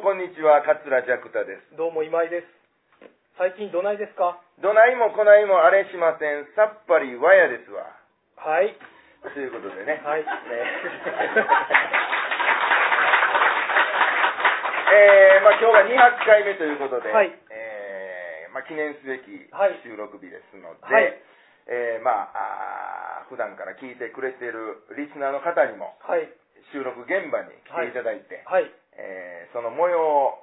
こんにちは、桂ジャクタです。どうも今井です。最近どないですかどないもこないもあれしません。さっぱりわやですわ。はい。ということでね。はねい えー、まあ今日が200回目ということで、はいえー、まあ記念すべきはい収録日ですので、はいえー、まあ、あー普段から聞いてくれているリスナーの方にもはい。収録現場に来ていただいて、はい。えーその模様を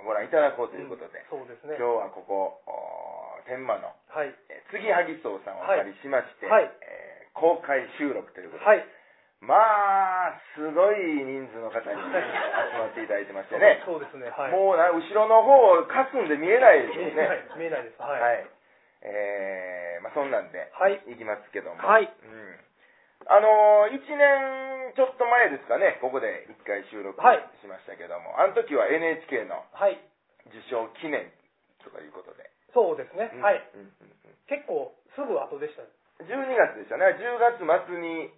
おご覧いただこうということで、そうですね。今日はここお天満のはい。えー杉萩荘さんをお借りしまして、はいはいえー公開収録ということで、はい。まあすごい人数の方に集 まっていただいてましてねそうですね。はい。もうな後ろの方かすんで見えないです見よえないね。見えないです。は。はいい、えーまあ、そんなんで、はい。い、きますけども、はいうんあのー、1年ちょっと前ですかねここで1回収録はいしましたけども、あの時は NHK のはい。受賞記念とかいうことで、そうですねう。んはい。うんうんうん結構すぐ後でしたね。 12月でしたね10月末に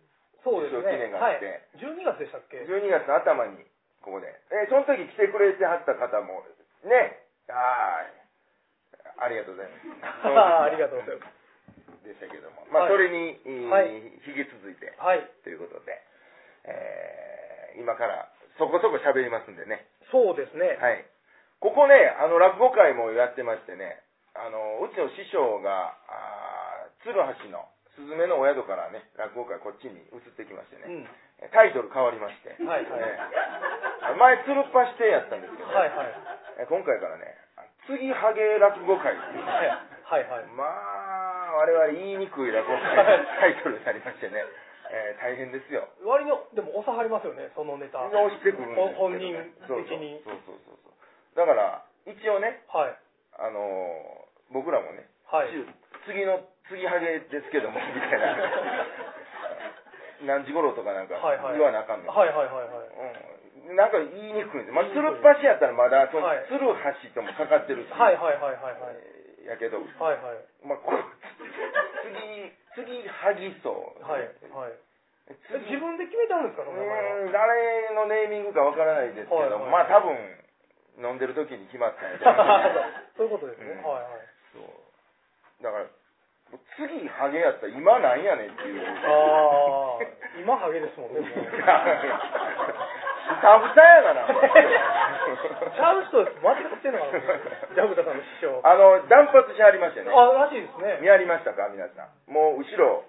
そうです受賞記念がね。あはっいて。 12月でしたっけ12月の頭にここで、えーその時来てくれてはった方もねはーいありがとうご ざいますその時は ありがとうございまでしたけども、まあはいそれに、えーはい引き続いてはい。ということで、えー今からそこそこ喋りますんでねそうですね。はいここねあの落語会もやってましてねあのうちの師匠があー鶴橋のスズメのお宿からね落語会こっちに移ってきましてね、うん。タイトル変わりまして、はいはいね前鶴橋亭やったんですけど、はいはえい。今回からね次ハゲ落語会っていうはいはいはい。まあ我々言いにくい落語会のタイトルになりましてね、えー大変ですよ割に、でも収まりますよね、そのネタ。は押い。してくるんですけど、ね、本人的にそうそうそうそうそうだから一応ねあのー僕らもね、はい。次の次ハゲですけどもみたいな 何時頃とかなんかはいはい言わなあかんの、はいはいはいはい。うんなんか言いにくいんですよ、まあ、言い鶴にくい橋やったらまだそのはい鶴橋ともかかってるし、はいはいはいはいはい。えーやけど、はいはい。まあ、これ次次萩荘はいはい。え次自分で決めたんですかうその名前は。ーん誰のネーミングかわからないですけど、はいはいまあ多分飲んでる時に決まったんやと そういうことですね。うんはいはい。思うそうだから次ハゲやったら今なんやねんっていうああ、今ハゲですもんね。もうふたふたやがな。ちゃう人です。間違ってんのかな。ジャブタさんの師匠。あ、あの、断髪しはりましたよね。らしいです見ね。はりましたか、皆さん。もう後ろ、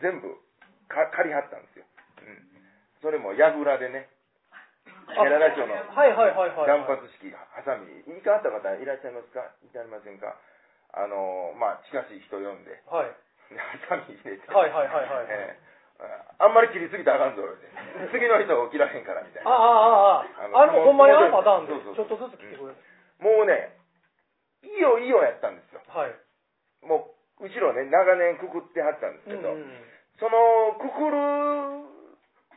全部、か、借りはったんですよ。うん。それも、やぐらでね、あヘララジオのはいはいはいはい。断髪式、ハサミ、いかはった方いらっしゃいますかいらっしゃいませんかあの、まあ、近しい人呼んで、はい。でハサミ入れて。はいはいはいはいええあんまり切りすぎたらあかんぞ、 言うて次の人を切らへんから、みたいあな。あああああ。あの、ほんまにあのパターンで、ちょっとずつ切ってくれる。もうね、いいよいいよやったんですよ。はい。もう、後ろね、長年くくってはったんですうけんど、うん。その、くくる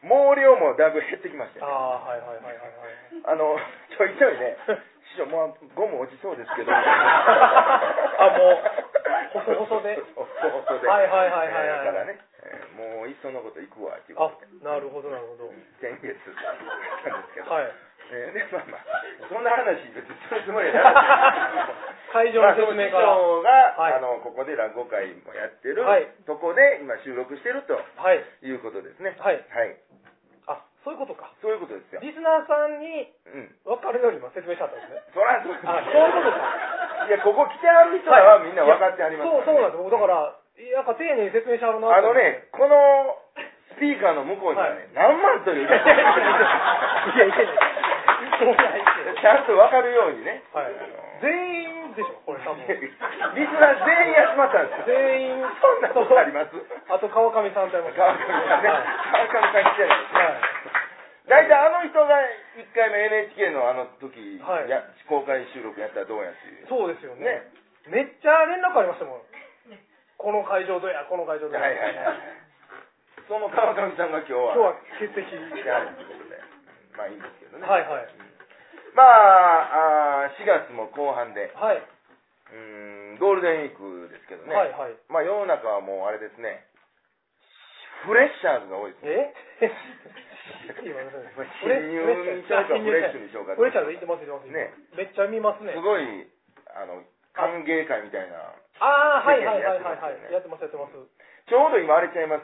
毛量もだいぶ減ってきましたあよ、ね。あ、はいはいはいはいはい。あの、ちょいちょいね、 師匠、もうゴム落ちそうですけど。 あもう細々で細々で。はいはいはいはいはいえーだからね、えーもういっそのこと行くわ、っていうあことで。、なるほどなるほど。先月だったんですけど。はい。えーで、まあまあ、そんな話、別にするつもりはなかったんですけど。 会場の説明から。まあその師匠が、はいあの、ここで落語会もやってる、はいとこで今収録してるとはい。いうことですね。はい。はい。あ、そういうことか。そういうことですよ。リスナーさんにうん。分かるように今説明しちゃったんですね。そらそうですあそういうことか いや、ここ来てある人らはみんな分かってありますそう、そうなんす。です。僕だから、やっぱ丁寧に説明しちゃうなあとの思って。ね、このスピーカーの向こうにはね、何万 という人がいるいやいやいやそんないっ てちゃんと分かるようにね。はい。全員でしょ、これ多分。リスナー全員集まったんですよ。全員、そんなことありますあと川上さんとやりました川上さんね。川上さん来てないですねはい。はい大体あの人が1回目 NHK のあの時、はいや公開収録やったらどうやっていう。そうですよねねめっちゃ連絡ありましたもん。この会場どうや、この会場どうはや。いはいはい。その川上さんが今日は。今日は欠席。来てあるということで。まあいいんですけどね。はいはい。まあ、あー4月も後半で、はい。うーん、ゴールデンウィークですけどね。はいはい。まあ世の中はもうあれですね、フレッシャーズが多いですね。え今の新入にしようか、フレッシュにしようか。フレッシャーズ行ってます、行ってます。ね。めっちゃ見ますねす。ごい、あの、歓迎会みたいな。ああ、はいはいはいはい世間ではい。やってます、やってます。ちょうど今あれちゃいます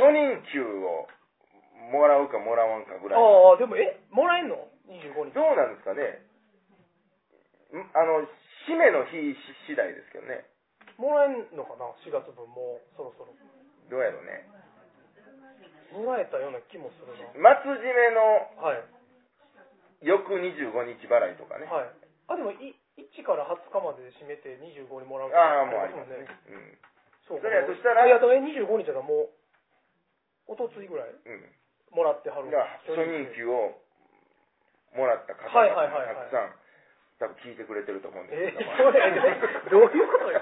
初任給をもらうかもらわんかぐらい。どああ、でも、え、もらえんの ?25 日。うなんですかね。んあの、締めの日次第ですけどね。もらえんのかな ?4 月分もう、そろそろ。どうやろうね。もらえたような気もするな。末締めのはい。翌25日払いとかね。はい。あ、でも、い1から20日まで締めて25にもらうああ、もうありますね。そうそれやとしたらいや、でもえ25日だからもう、おとついぐらいうん。うん。もらってはる。じゃあ初任給をもらった方がたはいはいはいはいくさん多分聞いてくれてると思うんですえけども、それ、どういうことよ。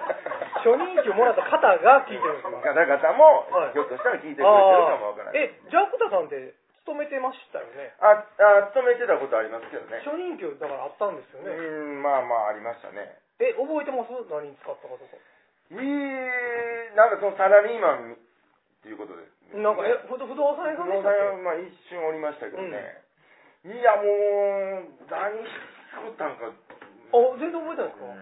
初任給もらった方が聞いてるんですか方々もはいひょっとしたら聞いてくれてるかもわからああない、え、ジャクタさんって勤めてましたよね。ああ勤めてたことありますけどね初任給だからあったんですようね。ーんまあまあありましたねえ、覚えてます何に使ったかとか。いいなんかそのサラリーマンっていうことですなんか、ねえ、不不動産屋さ不んで動した産っ屋けまあ一瞬おりましたけどね、いやもう何しこったんかあ、全然覚えてないですかうんは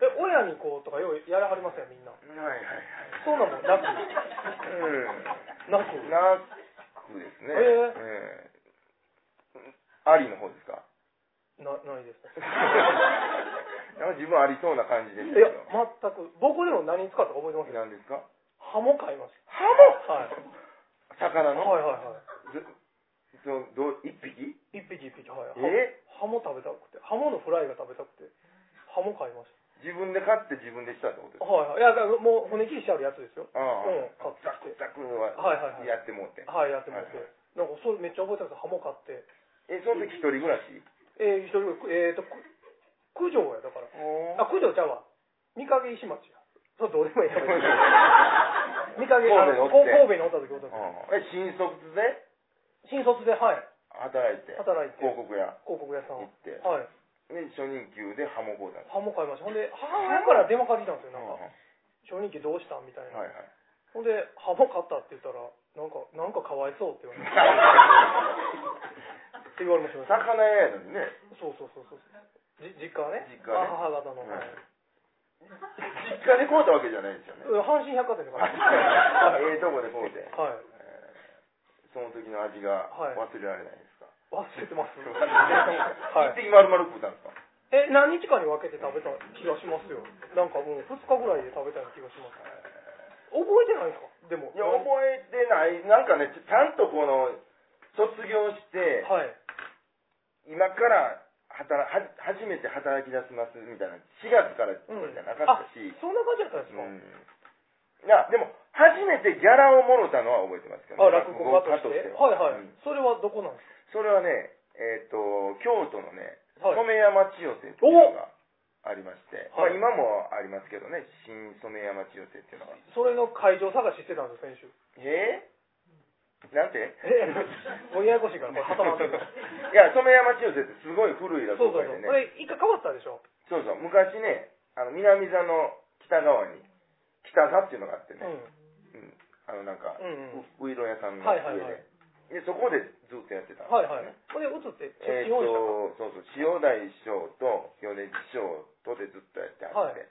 え、親にこうとかようやらはりますよ、みんな。いはいはいそうなのなく。うんなく。なくですね。えーええありの方ですかな、ないです。なんか自分ありそうな感じですいけや、ど。全く。僕でも何に使ったか覚えてますよ。何ですかハモ買いましハた。はい。魚はいの、はいはずそのどう一匹い。一匹一匹、はい。えハモ食べたくて、ハモのフライが食べたくて、ハモ買いまし自分で飼って自分でしたってことですた。はいはい。いや、だからもう骨切りしてあるやつですよ。ああ、うん買ってザクザクきてはいははいいはやってもうて。はい、やってましてはいは。なんか、それめっちゃ覚えてますハモ買って。え、その時一人暮らしえー、一人ぐらい、えーと、く九条や、だから。あ、あ、九条ちゃうわ。三影石町や。そう、どうでもいい や。三影、あ神戸におのっこて神戸におった時おった時。え、新卒で新卒で、はい。働いて、働いて、広告屋広告屋さん。行はって、い。で、初任給でハモボーダー。ハモ買いました。ほんで、母親から電話かけてきたんですよ。なんか、は初任給どうしたんみたいいな。はい。ほんで、ハモ買ったって言ったら、なんか、なんかかわいそうって言われて。って言われました。魚屋やのにね。そうそうそうそう。じ実家はね。実家はねあ母方の。はいはい実家で買うたわけじゃないですよね。うん阪神百貨店で買いました。はい。ええとこで買うて、はい。その時の味がはい忘れられないですか。忘れてます。一はい。滴丸々食うたんですか。え、何日かに分けて食べた気がしますよ。なんかもう2日ぐらいで食べたような気がします。覚えてないですかでも。いや、覚えてない。なんかね、ちゃんとこの、卒業して、はい。今から働、は、初めて働き出しますみたいな、4月からとかじゃなかったし、うん。そんな感じだったんですか、いや、でも、初めてギャラをもろたのは覚えてますけど、あ、落語家として。はいはうい、んそれはどこなんですそれはね、えっ、と、京都のね、かは染い。山千代瀬っていうのがありまして、はいまあ、今もありますけどね、新染山千代瀬っていうのが。それの会場探ししてたんですよ、先 週。えー、なんて えもうややこしいから、これ挟まってる。いや、染山千代瀬ってすごい古い落そう語そ会うそう。でこね。れ、一回変わったでしょ。そうそう昔ね、あの南座の北側に、北座っていうのがあってうん。うね、うんあのなんか、んうん。うウイロ屋さんのはい上で、はいはいで、そこでずっとやってたんですよはいねはい。これ、映って、えー、出資本社か。とそうそう塩大師匠と米津師匠とでずっとやってはって、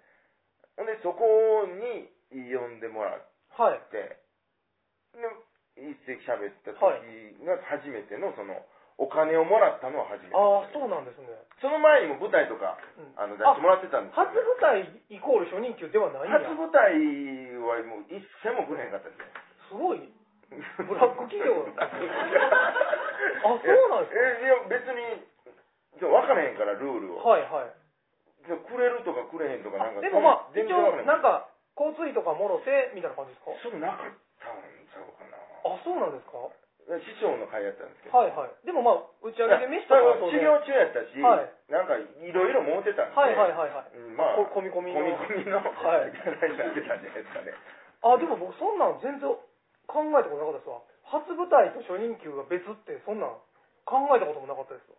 ほんでそこに呼んでもらっはい。てで一席喋った時が初めてのそのお金をもらったのは初めて、ああ、そうなんですね。その前にも舞台とかうんあの出してもらってたんです初けど舞台イコール初任給ではないん初や。舞台はもう一銭もくれへんかったですねすごい。ブラック企業あ そうなんですかえいや別に分からへんからルールをはいはい。じゃあくれるとかくれへんとかなんかでもまあ、全一然応、わなんか、交通費とかもろて、みたいな感じですかそれなかったんちゃうかなあ、そうなんですかは師匠の会やったんですけどいはい。でもまあ、打ち上げで飯と多分かは当修然行中やったし、はいなんかいろいろ儲てたんで、はいはいはいはい。うんまあこ込み込みの込み込みのは いいただいたんじゃないですかねあ、でも僕そんなん全然考えたことなかったですわ。初舞台と初任給が別って、そんなん考えたこともなかったですわ。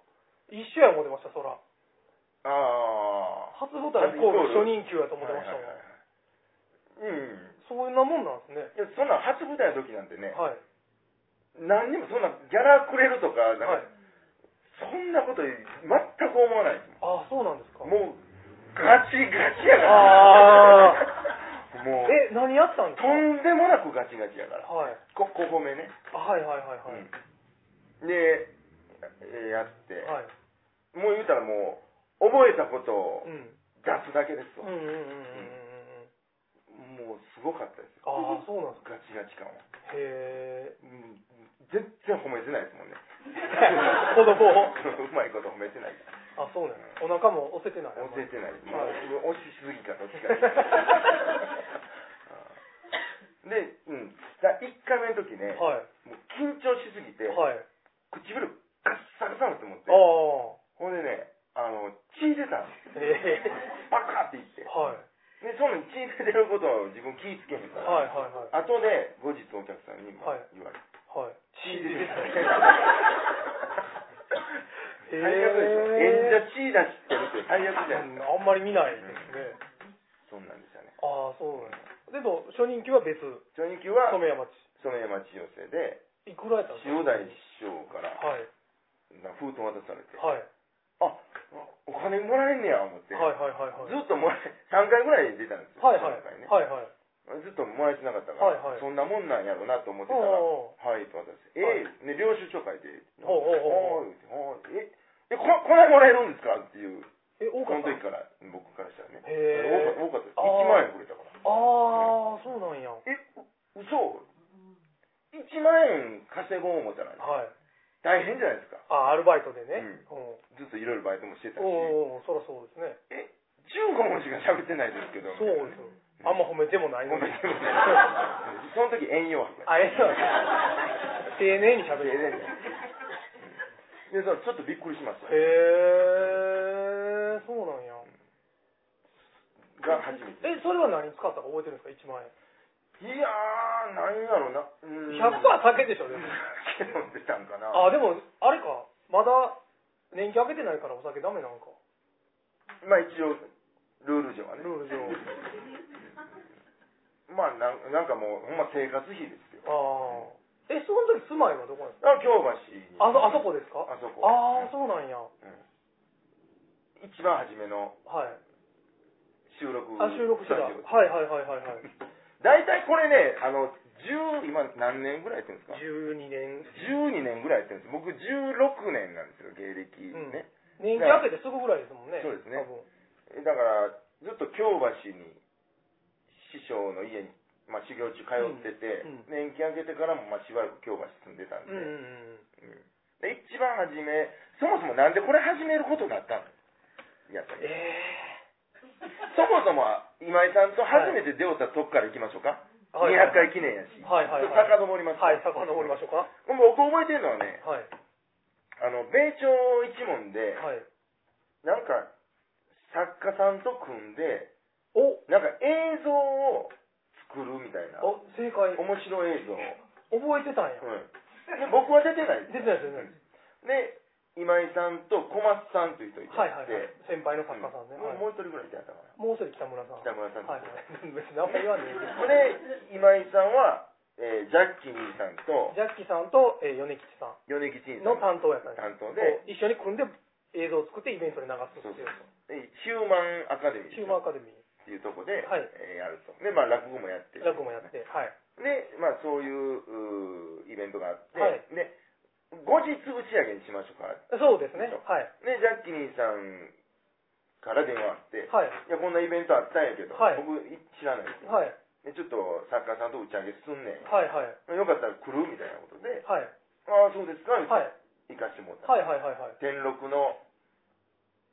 一緒や思ってました、そら。ああ初舞台イコール初任給やと思ってましたもん。うんそうそういうなもんなんですね。いやそんなん初舞台の時なんてね、はい。何にもそんなギャラくれるとか、はないんか。そんなこと全く思わないですああ、そうなんですか。もん。もう、ガチガチやあから。もう、え、何やったんですとんでもなくガチガチやから。かはい。こ5個目ね。あはいはいはいはい。うんで、えやって、はい。もう言うたらもう、覚えたことをうん。出すだけですうんわ。うんうんうんうんうんうん。もう、すごかったですよ。ああ、そうなんですガチガチ感は。か。へえ。うん全然褒めてないですもんね。 子供を うまいこと褒めてない。あ、そうね。お腹も押せてない。教えてない、まあ、押しすぎかどっちか で、うん、だ1回目の時ね、はい。もう緊張しすぎて、はい。唇ガッサガサになって思ってああ。ほんでねあの血出たんですえパカっていってえ。はい。でその血出てることを自分気ぃつけへんかはいら、はいはい。後で後日お客さんにもはい言われて、はい。血出て たねへ最え悪でしょ演者血出してるって最悪じゃないですかあんまり見ないですね。そんなんでしたねああ、そうなんです。でも、初任給は別、染初日は谷町。その山千代瀬でいくらやったんです塩大師匠からかはい。封筒渡されて、はい。あお金もらえんねや思って、はいはいはいはい。ずっともらえ3回ぐらい出たんですよ、はいはい。三回ねはいはい。ずっともらえてなかったから、はいはいそんなもんなんやろうなと思ってたら「はおい」と渡して「はいええね領収書書いて」おうおうおうおうおうおうええここないもらえるんですか?」っていうーえ、多こかっのた時から僕からしたらねへー多か多かったですあー1万円くれたからああ、そうなんや。は「えう嘘1万円稼ごう思ったらね、い。大変じゃないですかあ、アルバイトでね。うん。ずっといろいろバイトもしてたしおお、そらそうですね。え15文字が喋ってないですけどそうですよ。あんま褒めてもないのごにめん。なさいそ の時遠洋博あ、えそう丁寧に喋る。でそうちょっとびっくりしましたへえ、そうなんや。が初めてえ、それは何使ったか覚えてるんですか、1万円。いやーなんやろなうん100%酒で しょ、でも。酒飲んでたんかなあ、でも、あれか。まだ、年季明けてないからお酒ダメなんか。まあ一応ルール上はねルール上。まあなんなんかもうほんま生活費ですよああ。え、その時住まいはどこなんですかあ京橋にあそ、あそこですかあそこああ、そうなんや。はうん一番初めのい。収録あ、収録してた。スタはいジオはいはいはいはい。大体これね、あの、10、今何年ぐらいやってるんですか12年。 ?12 年ぐらいやってるんです。僕16年なんですよ、芸歴うんね。年季明けてすぐぐらいですもんね。そうですね多分。えだから、ずっと京橋に、師匠の家に、まあ、修行中通ってて、うんうん年金あげてからも、まあ、しばらく京橋住んでたんで,、うんうんうん。で、一番初め、そもそもなんでこれ始めることになったのやっぱり。えそもそもは、今井さんと初めて出会ったとこから行きましょうか。えー。はい200回記念やし。はいはいちはいょっと遡ります。はい、遡りましょうか。僕覚えてるのはね、はい。あの米朝一門で、はい。なんか作家さんと組んでお、なんか映像を作るみたいな面お、正解。白い映像を、覚えてたんや。で僕は出てないん出でてないですね。すで今井さんと小松さんという人いて、はいはいはい。先輩の作家さんね。はいもうもう一人ぐらいいてあったかなもう一人北村さん。北村さんはいはい。別に名前言わんでいいでです今井さんは、えージャッキー兄さんとジャッキーさんと、えー、米吉さん米吉兄さのんの担当やった担んです。当でこう一緒に組んで映像を作ってイベントで流すっていう。でヒューマンアカデミヒューーマっンアカデミー、ていうとこで、はいえーやるとで、まあ、落語もやって落語もやって。はい。で、まあ、そういううーイベントがあって、はいで後日打ち上げにしましょうかそうですね。はい。でジャッキー兄さんから電話あって、はい。い、やこんなイベントあったんやけど、はい僕い知らないです、はい。でちょっと作家さんと打ち上げすんねん、はいはい。よかったら来るみたいなことではい。ああそうですか、はい。行かしてもらった、はいはいはいはい。天禄の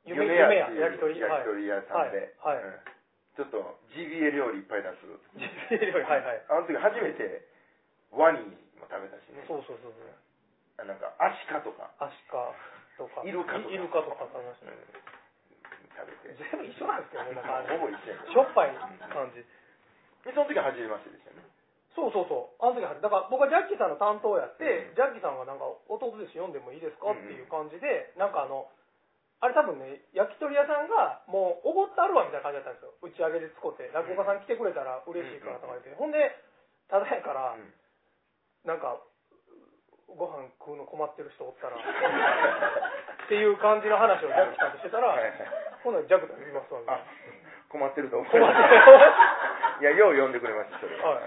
夢屋夢っやていう焼き鳥。はい焼き。鳥屋さんで、はいはいうんちょっとジビエ料理いっぱい出す ジビエ料理はいはい。あの時初めてワニも食べたしねそうそうそうそう。あなんかアシカとかアシカとか。イルカとかイルカとか食べましうた。ん食べて全部一緒なんですけどね、なんかあほ のぼ一緒やけどしょっぱい感じ。でその時は初めましてでしたよねそうそうそう。あの時は、だから僕はジャッキーさんの担当やって、うんジャッキーさんがなんか、弟弟子読んでもいいですかっていう感じで、なんかあの、あれ多分ね、焼き鳥屋さんが、もう、おごってあるわみたいな感じだったんですよ。打ち上げで使って、落語家さん来てくれたら嬉しいからとか言って。ほんで、ただやから、うんなんか、ご飯食うの困ってる人おったら、っていう感じの話をジャックさんとしてたら、はいほんならジャックさん呼びますわ、みたいあな。困ってると思う困って いやよう呼んでくれましたそれは、はい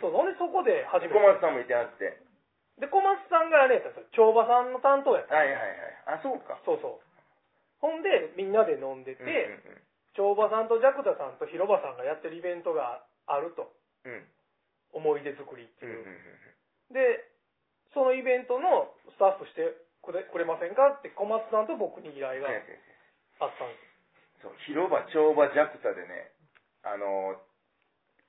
そう、ほんでそこで初め小て。松さんもいてはってで、小松さんがあれやったんですよ。帳場さんの担当やった。はいはいはいあそうかそうそう。ほんで、みんなで飲んでて、うんう帳場さんとジャクタさんと広場さんがやってるイベントがあると。んうん思い出作りってうんうんいうう。んで、そのイベントのスタッフしてくれくれませんかって小松さんと僕に依頼うんが先生あったんでそう広場帳場ジャクタでねあの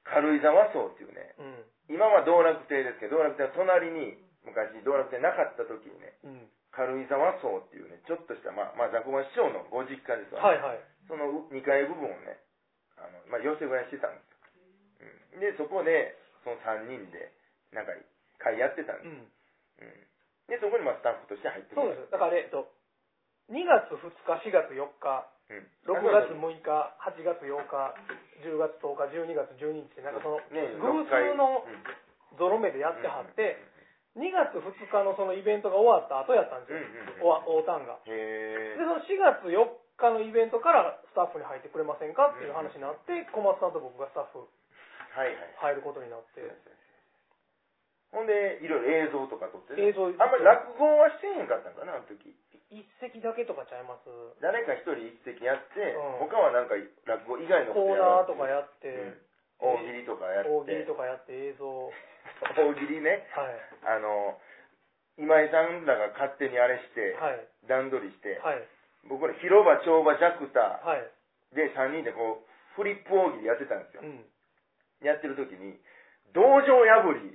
軽井沢荘っていうねす。今は道楽亭ですけど道楽亭の隣に昔道楽亭なかった時にねうん。うん。軽井沢荘っていうねちょっとした、まあ、まあ落語師匠のご実家ですわ、はいはい。その2階部分をねあの、まあ、寄せ小屋にしてたんですよ、うん、でそこでその3人でなんか会やってたんうです、ん。うんでそこにまあスタッフとして入ってそうですよ。だから、えっと、2月2日、4月4日、す、うん、 6月6日、8月8日、10月10日、12月12日って、なんかその、ね偶数のゾロ目でやってはって、2月2日のそのイベントが終わった後やったんですよ。おわ、大丹が。へえで、その4月4日のイベントからスタッフに入ってくれませんかっていう話になって、小松さんと僕がスタッフはいはい入ることになって、ほんでいろいろ映像とか撮って、ね、映像あんまり落語はしてへんかったんかなあの時一席だけとかちゃいます誰か一人一席やって、うん他はなんか落語以外のコーナーとかやっってて、うん大喜利とかやって大喜利とかやって映像、は大喜利ねい。あの今井さんらが勝手にあれして、はい。段取りして、はい。僕ら広場帳場ジャクタはい。で3人でこうフリップ大喜利やってたんですよう、ん。やってる時に道場破り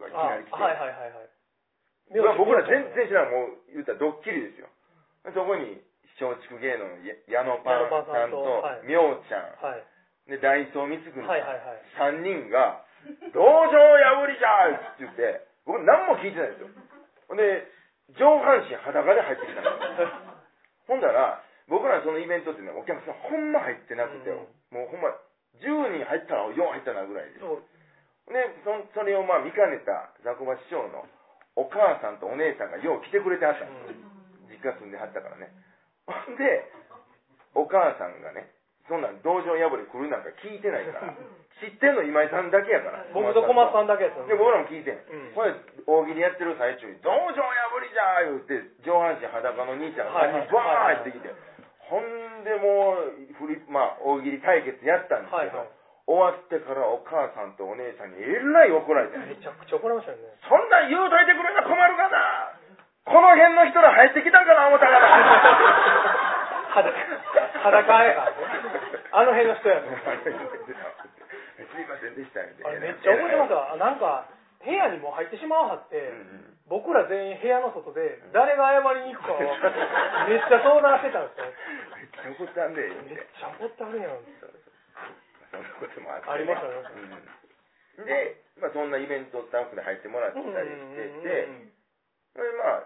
がいきないあ、はり来て、はいはいはい。うわ僕ら全然知らんもう言ったらドッキリですよそこに松竹芸能の矢野パンさんと矢野パンさんとはいみょうちゃんではい。大東光君はいはいはい。 3人が「道場破りじゃー!」って言って僕何も聞いてないんですよほんで上半身裸で入ってきたんで すよほんだら僕らそのイベントってねお客さんほんま入ってなくて、うんもうほんま10人入ったら4入ったなぐらいでそう。でそんそれをまあ見かねたザコバ師匠のお母さんとお姉さんがよう来てくれてはったんですよ実家住んではったからねほんでお母さんがねそんなん道場破り来るなんか聞いてない から知ってんの今井さんだけやから僕と小松さんんだけですよで僕らも聞いてん、うんこれ大喜利やってる最中に「道場破りじゃー!」言って上半身裸の兄ちゃんがはいはバいーン入ってきてほんでもうフリ、まあ、大喜利対決やったんですはいけど、はい。終わってからお母さんとお姉さんにえらい怒られてめちゃくちゃ怒られましたよね。そんなん言うといてくれな困るがなこの辺の人ら入ってきたんかな思ったから裸裸やからねあの辺の人やねすいませんでしたみあたいなれめっちゃ覚えてますわ。あなんか、部屋にもう入ってしまわはって、うんうん僕ら全員部屋の外で、誰が謝りに行くか を、めっちゃ相談してたんですよ。めっちゃ怒ったんでめっちゃ怒ってあるやん。そんなこともあって、ありましたありましたうんで、まあ、そんなイベントスタッフで入ってもらったりしててうんうんうんうんそれでまあ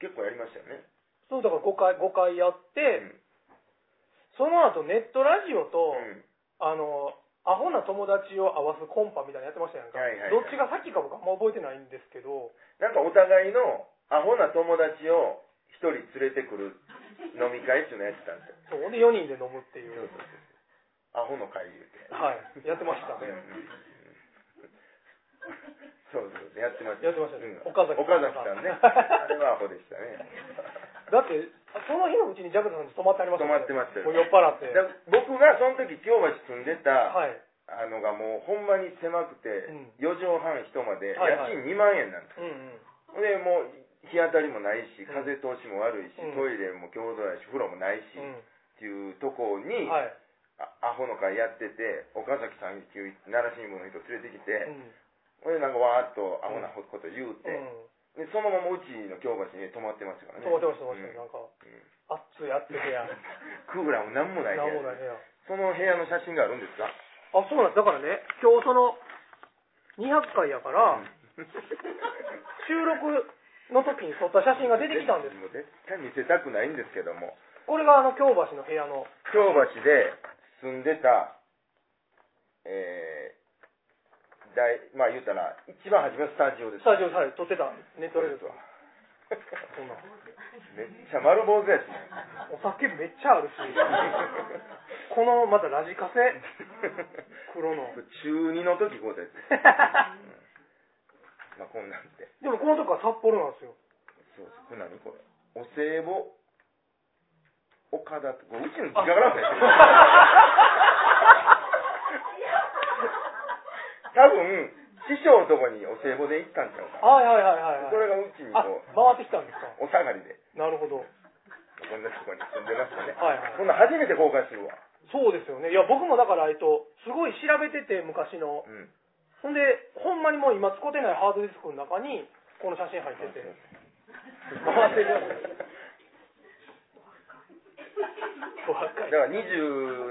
結構やりましたよねそう、だから5回、5回やって、うんその後ネットラジオと、うんあの、アホな友達を合わすコンパみたいなのやってましたやんか。はいはいはいどっちが先か僕あんま覚えてないんですけど、なんかお互いのアホな友達を一人連れてくる飲み会っていうのやってたんですよ。そう、ほんで4人で飲むっていう。アホの会言うて。はい。やってましたうん。うんうんそうそう、やってました。やってましたねうん岡崎さん岡崎さんね。あれはアホでした ね。だって、その日のうちにジャクダさんに泊まってありまし止たまってましたもよう。酔っ払って。だ僕がその時、京橋住んでた、はい。あのがもうほんまに狭くて、うん4畳半一間で、はいはい家賃2万円なんですようんうん。でもう日当たりもないしうん風通しも悪いし、うんトイレも共同やし風呂もないし、うっん。ていうとこに、はい。あアホの会やってて岡崎さん級奈良新聞の人連れてきうて、ん。俺なんかわーっとアホなこと言ううて、ん。でそのままうちの京橋に泊まってましたからね泊まってました、泊まってましうんた。なんか、暑い、暑い部屋。クーラーもなん もないなん部もな屋い部屋。その部屋の写真があるんですかあ、そうなんです。だからね、今日その、200回やから、収録の時に撮った写真が出てきたんです。もう絶対見せたくないんですけどもこれがあの京橋の部屋の京橋で住んでた、えー、大まあ言うたら、一番初めのスタジオです。スタジオで、はい、撮ってたネットそレれーでスすわ。そんなんめっちゃ丸坊主 やしね。お酒めっちゃあるしこのまたラジカセ黒の中二の時こうたやつ。まあこんなんで。でもこのとこは札幌なんですよそうそう。これ何これ。お歳暮、岡田って、これうちの実家から 多分、師匠のとこにお歳暮で行ったんちゃうか。 はいはいはいはい、はい、それがうちにあこう、回ってきたんですかお下がりで、なるほこどんなとこに住んでましたね。はいはいこんなん初めて公開するわ。そうですよねいや僕もだからえっとすごい調べてて昔のうん。ほんでほんまにもう今使ってないハードディスクの中にこの写真入ってて回ってるやつ若だいから27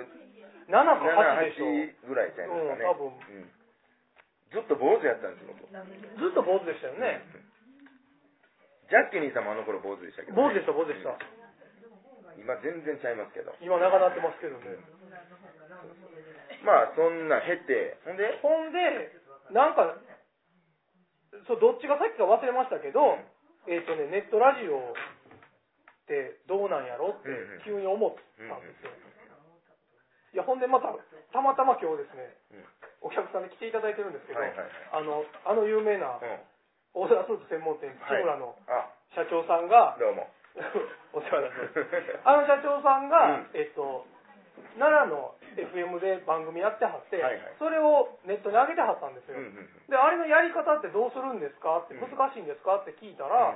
7か8でしょ8ぐらいちゃいますかね、うん多分うんずっと坊主やったんですよ僕ずっと坊主でしたよねジャッキー兄さんもあの頃坊主でしたけど、坊主でした坊主でした今全然ちゃいますけど今長なってますけどねまあそんなん経てほんでほんでなんかそうどっちが先か忘れましたけど、えっ、とねネットラジオってどうなんやろっうてんうん急に思ったんですよ、いやほんでまたたまたま今日ですね、お客さんで来ていただいてるんですけど、はいはいはいあのあの有名うんな大阪スープ専門店木村のあ社長さんが、どうも お世話になってますあの社長さんうが、んえっと奈良の FM で番組やってはって、はいはいそれをネットに上げてはったんですうんよ、うんうんであれのやり方ってどうするんですかって難しいんですかって聞いたら、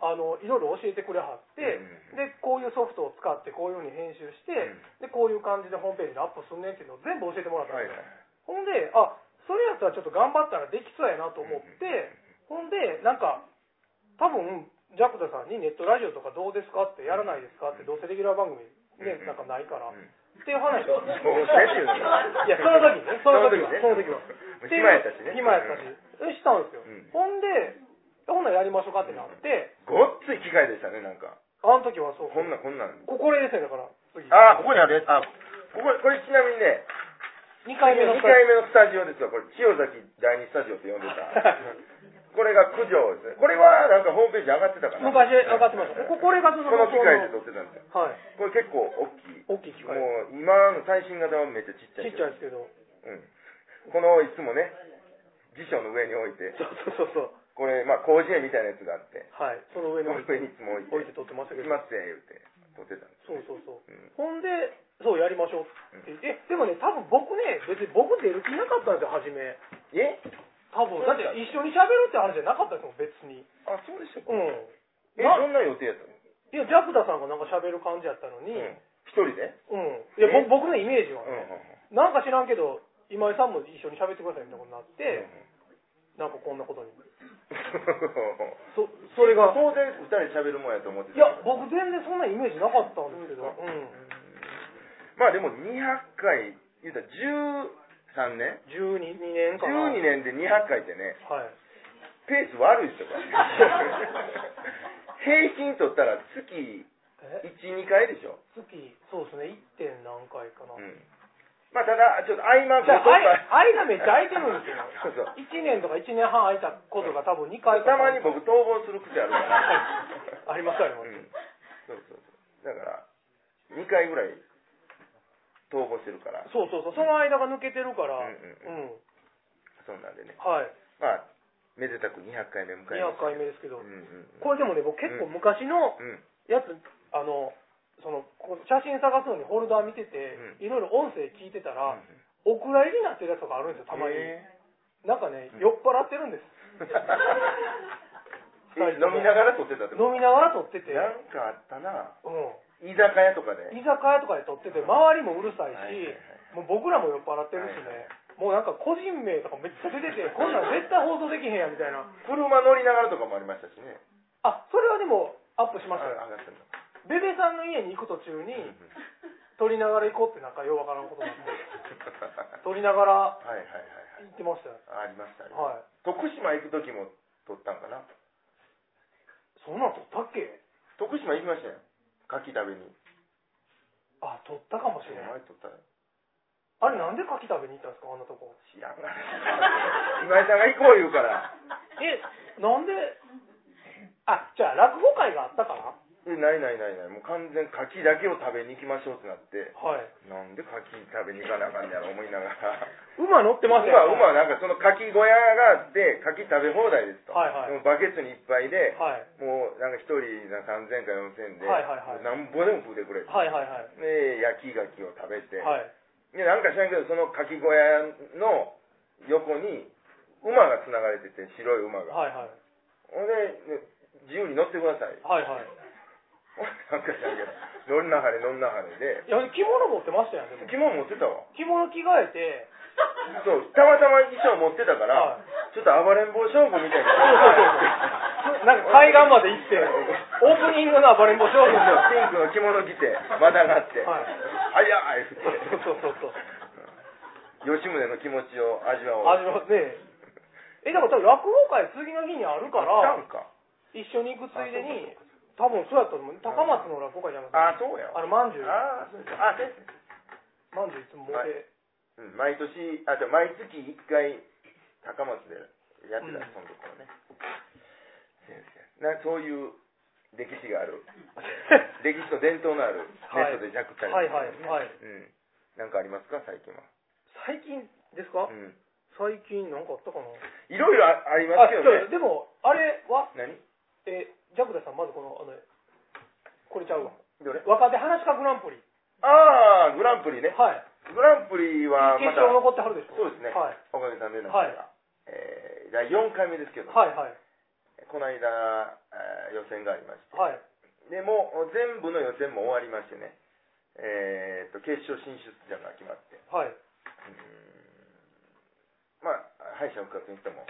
あのいろいろ教えてくれはって、うんでこういうソフトを使ってこういうふうに編集して、でこういう感じでホームページでアップすんねんっていうのを全部教えてもらったはいんはですいよ、ほんであそれやったらちょっと頑張ったらできそうやなと思って、ほんでなんか多分ジャクダさんにネットラジオとかどうですかってやらないですかってどうせレギュラー番組ね、うんなんかないから、んっていう話をどうせっていうのいやその時にねその時はその時は暇やったしね今やったし、えしたんですよ、うんほんでほんならやりましょうかってなって、ごっつい機械でしたねなんかあの時はそうこんなんこんなんここれですよだから次あここにあるやつあこここれちなみにね2 2回目の回目のスタジオですよ、これ、千代崎第2スタジオって呼んでた、これが九条ですね、これはなんかホームページ上がってたかな、昔上がってましたここれがそこのの機械で撮ってたんですよ、 はいこれ結構大きい、大きい機械もう今の最新型はめっちゃちっちゃちいっちゃいですけどうん、このいつもね、辞書の上に置いて、そうそうそうそうこれ、まあ、広辞苑みたいなやつがあって、はいその上にこ置のい上にいつも置いて、て撮ってましたけいどますって言って撮ってたんです。そうそうそううんほんでそうやりましょうって言って、えでもね多分僕ね別に僕出る気なかったんですよ初めえ多分だって一緒に喋るって話じゃなかったですもん別にあ、そうでしたっけ、うんえ、などんな予定やったのいやジャクダさんがなんか喋る感じやったのに、うん一人でうんいやえぼ僕のイメージはうんうんね、うんなんか知らんけど今井さんも一緒に喋ってくださいみたいなことになって、なんかこんなことにそそれが当然二人で喋るもんやと思っていやたけど僕全然そんなイメージなかったんですけど、うん、まあでも200回言うたら13年12年かな12年で200回ってねはいペース悪いです よこれ平均取ったら月え12回でしょ、月そうですね 1. 点何回かな、うん、まあただちょっと合間じゃあこう取っ あい間がめっちゃ空いてるんですよそうそう1年とか1年半空いたことが多分2回たかまに僕逃亡する癖あるから ありますありますうん、そうそうそうだから2回ぐらい逃亡してるからそうそうそうその間が抜けてるからうんうん、そんなんでねはいまあめでたく200回目迎えま200した回目ですけど、うんうんうんこれでもね僕結構昔のうんやつ、あのそのこう写真探すのにフォルダー見てて、ういろいろ音声聞いてたら、うお蔵入りになってるやつとかあるんですよたまに、んへなんかね酔っ払ってる んですえ飲みながら撮ってたってこ飲みながら撮ってとて、なんかあったなう居酒屋とかでん、居酒屋とかで撮ってて周りもうるさいし、はいはいはいもう僕らも酔っ払ってるしね、もうなんか個人名とかめっちゃ出ててこんなん絶対放送できへんやみたいな車乗りながらとかもありましたしねあそれはでもアップしましたよあ上がったのベベさんの家に行く途中に 撮りながら行こうってなんかようわからんことになって 撮りながらはいはいはい行ってましたよはいありましたねはい徳島行く時も撮ったんかなそんなん撮ったっけ徳島行きましたよ牡蠣食べにあ、取ったかもし前れない。撮ったよ。あれなんで牡蠣食べに行ったんですか、あんなとこ。知らんがな。 今井さんが行こう言うから。え、なんで、あ、じゃあ落語会があったからえ、ないないないない。もう完全柿だけを食べに行きましょうってなって、はい。なんで柿食べに行かなあかんねやろ思いながら。馬乗ってませんまあ、馬はなんかその柿小屋があって、柿食べ放題ですと。はいはいでもバケツにいっぱいで、はい。もうなんか一人なんか3000か4000で、はいはいはいなんぼでも食うてくれて。はいはいはい。で、焼き柿を食べて、はい。でなんか知らんけど、その柿小屋の横に馬が繋がれてて、白い馬が。はいはい。ほんで、ね自由に乗ってください。はいはい。ほんでなんか知らんけど、乗んなはれ乗んなはれで、いや、着物持ってましたよね。着物持ってたわ。着物着替えて、そう、たまたま衣装持ってたから、はいちょっと暴れん坊将軍みたいな。そうそうそうなんか海岸まで行って、オープニングの暴れん坊将そうそう軍そう、が。ピンクの着物着て、まだがあって、はい早いって。そうそうそうそう吉宗の気持ちを味わおあう。りますね。え、だから多分落語会次の日にあるかあったらん、か。一緒に行くついでに、多分そうやったと思う。高松の落語会じゃなくあ、て、そうやわ。あの、まんじゅう、あー、そうかあ、先生。まんじゅういつも持って、うん、毎年、あ、じゃあ毎月一回、高松でやってた、そのところね。先生。な、そういう歴史がある。歴史と伝統のある、はいネットで弱体、はいはいはいうん。なんかありますか、最近は。 最近ですか、うん。最近なんかあったかなあいろいろあありますよそうね。でも、あれは、何え、ジャクダさん、まずこの、あの、これちゃうわ。どれ若手話し家グランプリ。ああ、グランプリね。はい。グランプリはま決た、勝残ってはるでしょ。そうですね、はい。おかげさんでなんですが、はい。えー、第4回目ですけど、はいはい。この間、えー予選がありまして、はい。でもう全部の予選も終わりましてね、えー、と決勝進出者が決まって、はい。うーんまあ、敗者復活にしても、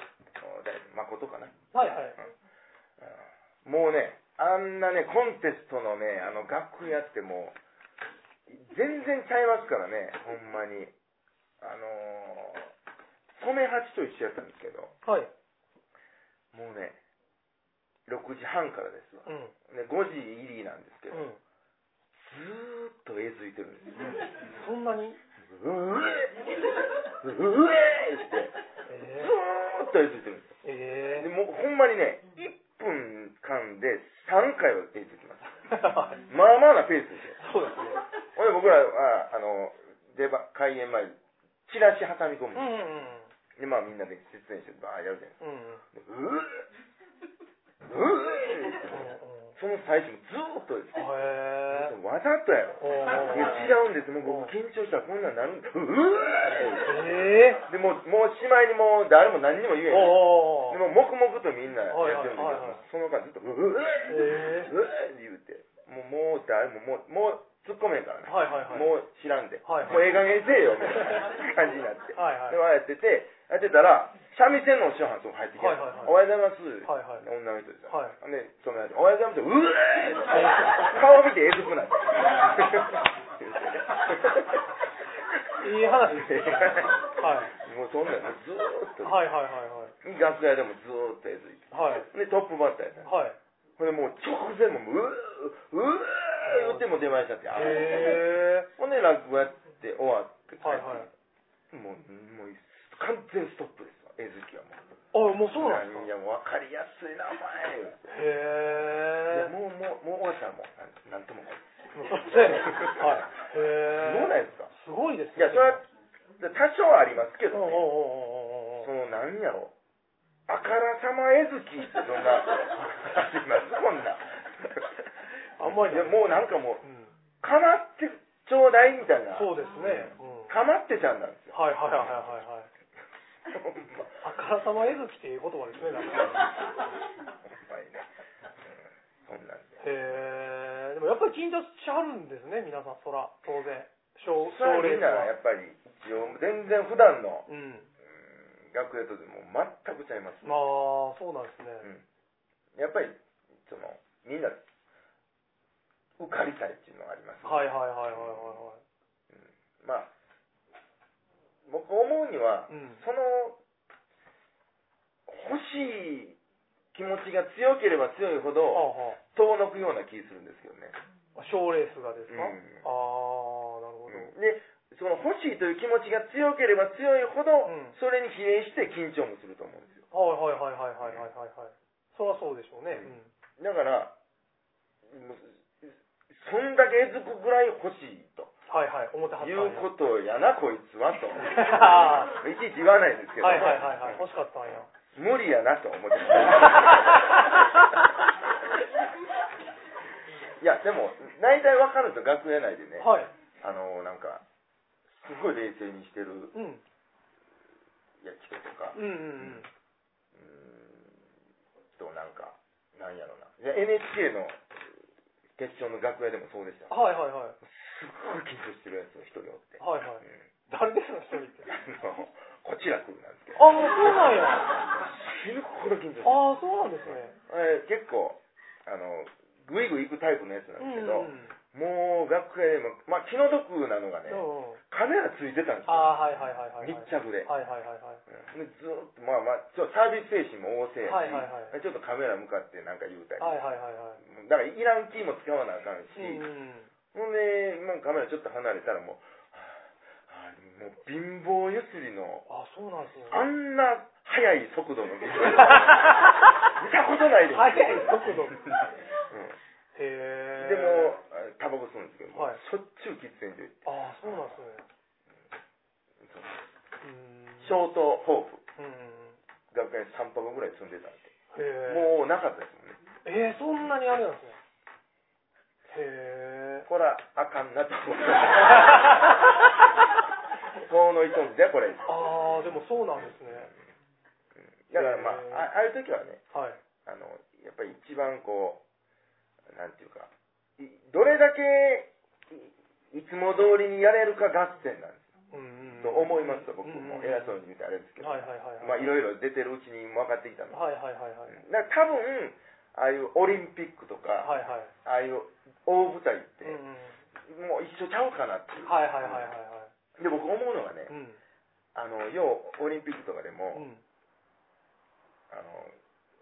おだいぶ誠かな、はいはい。もうね、あんなね、コンテストのね、あの楽屋ってもう、全然ちゃいますからね、ほんまに。あのー、染め八と一緒やったんですけど、はい。もうね、6時半からですわ。うん。ね、5時入りなんですけど、うん。ずーっとえずいてるんですよ。そんなにうえうえって、ずえーっとえずいてるんですー、えよ。でもうほんまにね、1分間で3回はえずきます。ー、まあまあなペースですよ。そうですね。ほんで僕らは、あの、出番、開演前に、チラシ挟み込うむ。んで、まあみんなで出演して、バーやるじゃないうんうん。うんうん。ですか。うぅうぅその最初もずーっとです。へー。わざとやろ。おーいや違うんです。もう僕緊張したらこんなんなるんだ。うぅえー。で、もう、もうしまいにもう誰も何にも言えない。おー。でも、黙々とみんなやってるんだけど、はいはいはいはいその間ずっと、うぅうえぅって言うて。もう、もう誰も、もう、もう、突っ込めんからね。ー。はいはいはい。もう知らんで、はいもはいうええ加減にせえよみたいな感じになって、はいはいでまあやってて、やってたら、三味線のお師匠はんと入ってきて、はいはいはいおはようございます、はいはい女の人ですよ、はいで、そのやつ、おはようございます、うえー顔見てえずくなって。いい話ですねはもうそんなのずーっと、はいはいはい楽屋でもずーっとえずいて、はい。はい。で、トップバッターやったんですはい。ほんでもう直前もう、うー、うー、っても出ましたって、あーへほんで落語やって終わって帰ってー。はいはい。もう、もう、完全ストップですわ、絵月はもう。あ、もうそうなんですかいや、もう分かりやすいな、お前。いへやー。もう、もう、もう終わったらもう、なんなんともない。そうやねはい。へどうー。ないですかすごいですね。いや、それは、多少はありますけどうんうんうね、そんうんうんの、なんやろう。あからさま絵月ってそんな、ありますこんな。あんまりいや、ないもうなんかもう、うんかまってちょうだいみたいな。そうですね。うんかまってちゃんなんですよ。はいはいはいはいはい。ほんまあからさまえずきっていう言葉ですね、なんか。ほんまにね。うんそんなんで。へえ。でもやっぱり緊張しはるんですね、皆さん、そら、当然。奨それはみ奨ん励なやっぱり一応全然普段のううん。ん楽屋とでも全くちゃいます、まあ、そうなんですね。うん、やっぱりそのみんな受かりたいっていうのがあります、はいはいはいはいはいまあ僕思うには、はい。うん。その欲しい気持ちが強ければ強いほあどは遠のくような気するんですけどねあ。賞レースがですか、うんああなるほど、でその欲しいという気持ちが強ければ強いほど、うんそれに比例して緊張もすると思うんですよはいはいはいはいはいはいはいそりゃそうでしょうね、うだうんからもうそんだけえずくぐらい欲しいとはいはい思ってはっいたんやうことやなこいつ はといちいち言わないですけど、はいはいはいはい欲しかったんや無理やなと思ってますいやでも大体わかると楽屋内でね、はいあのなんかすごい冷静にしてるうんや人とかうんうんうんうーんとなんかなんやろなじゃ NHK の決勝の楽屋でもそうでしたはいはいはいすっごい緊張してるやつが一人おって、はいはういん誰ですの一人ってあのこちらくなんですけどあもうそうなんや死ぬほど緊張してるああ そうなんですねえー結構あのグイグイ行くタイプのやつなうんですけんど、うんもう学会でも、まあ、気の毒なのがね、うんうんカメラついてたんですあよ、あはいはいはいはいはい密着で。はいはいはいはいうんでずーっと、まあまあ、ちょっとサービス精神も旺盛やし、はいはいはいちょっとカメラ向かってなんか言うたり、はいはいはいはだからいらん気も使わなあかんし、いうんうんほんで、もうカメラちょっと離れたらもう、はあはあもう貧乏ゆすりの、あそうなんですね あんな速い速度の見たことないです速い速う度んへえでも、あタバコ吸うんですけど、はいしょっちゅう喫煙所行って、ああそうなんですねそうショうんートホープ、うんうん学会3箱ぐらい積んでたんで、へえもうなかったですもんね。えー、そんなにあれなんですね。へえ。これはあかんな と思って。この一んでこれ。だああ、でもそうなんですね。からまあ、あああいう時はね、はい。あの、やっぱり一番こう、なんていうか、いどれだけいいつも通りにやれるか合戦なんですうんうん。と思いますと、僕うんうんも偉そうに言うてあれですけど、はいはいはいはい。まあいろいろ出てるうちに分かってきたの。はいはいはいはい。だから多分、ああいうオリンピックとか、はいはい。ああいう大舞台っうてん、うん。もう一緒ちゃうかなっていう。はいはいはいはいはで、僕思うのがねい。う、ん。あの、要、オリンピックとかでうも、ん。あの、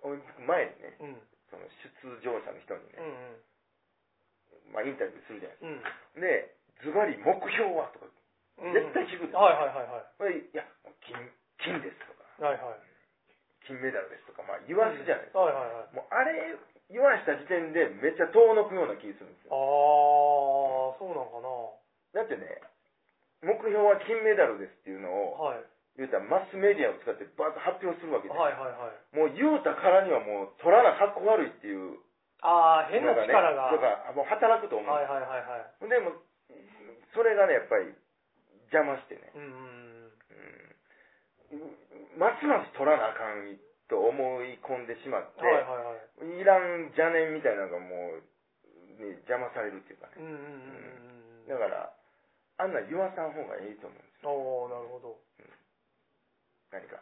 オリンピック前にね、うん。うんその出場者の人にね、まあインタビューするじゃないうん。ですか。で、ズバリ目標はとか、うん。絶対聞くでしょはいはいはいはこれいや、金、金ですとか、い。はいはい。金メダルですとか、まあ言わすじゃないですか。はいはいはい。もうあれ、言わした時点でめっちゃ遠のくような気がするんですああよ。、そうなだっんかな。てね、目標は金メダルですっていうのを、はい。言うたらマスメディアを使ってバーッと発表するわけで、はいはいはい。もう言うたからにはもう取らなかっこ悪いっていうああ、変な力が。はといかもう働くと思う、はいはいはでもそれがねやっぱり邪魔してねい。、うんうん。うん、ますます取らなあかんと思い込んでしまって、はいはいはい。い、らん邪念みたいなのがもう、ね、邪魔されるっていうかねうんうんうんうんうん。だからあんな言わさん方がいいと思うんですよおおなるほ ど。何か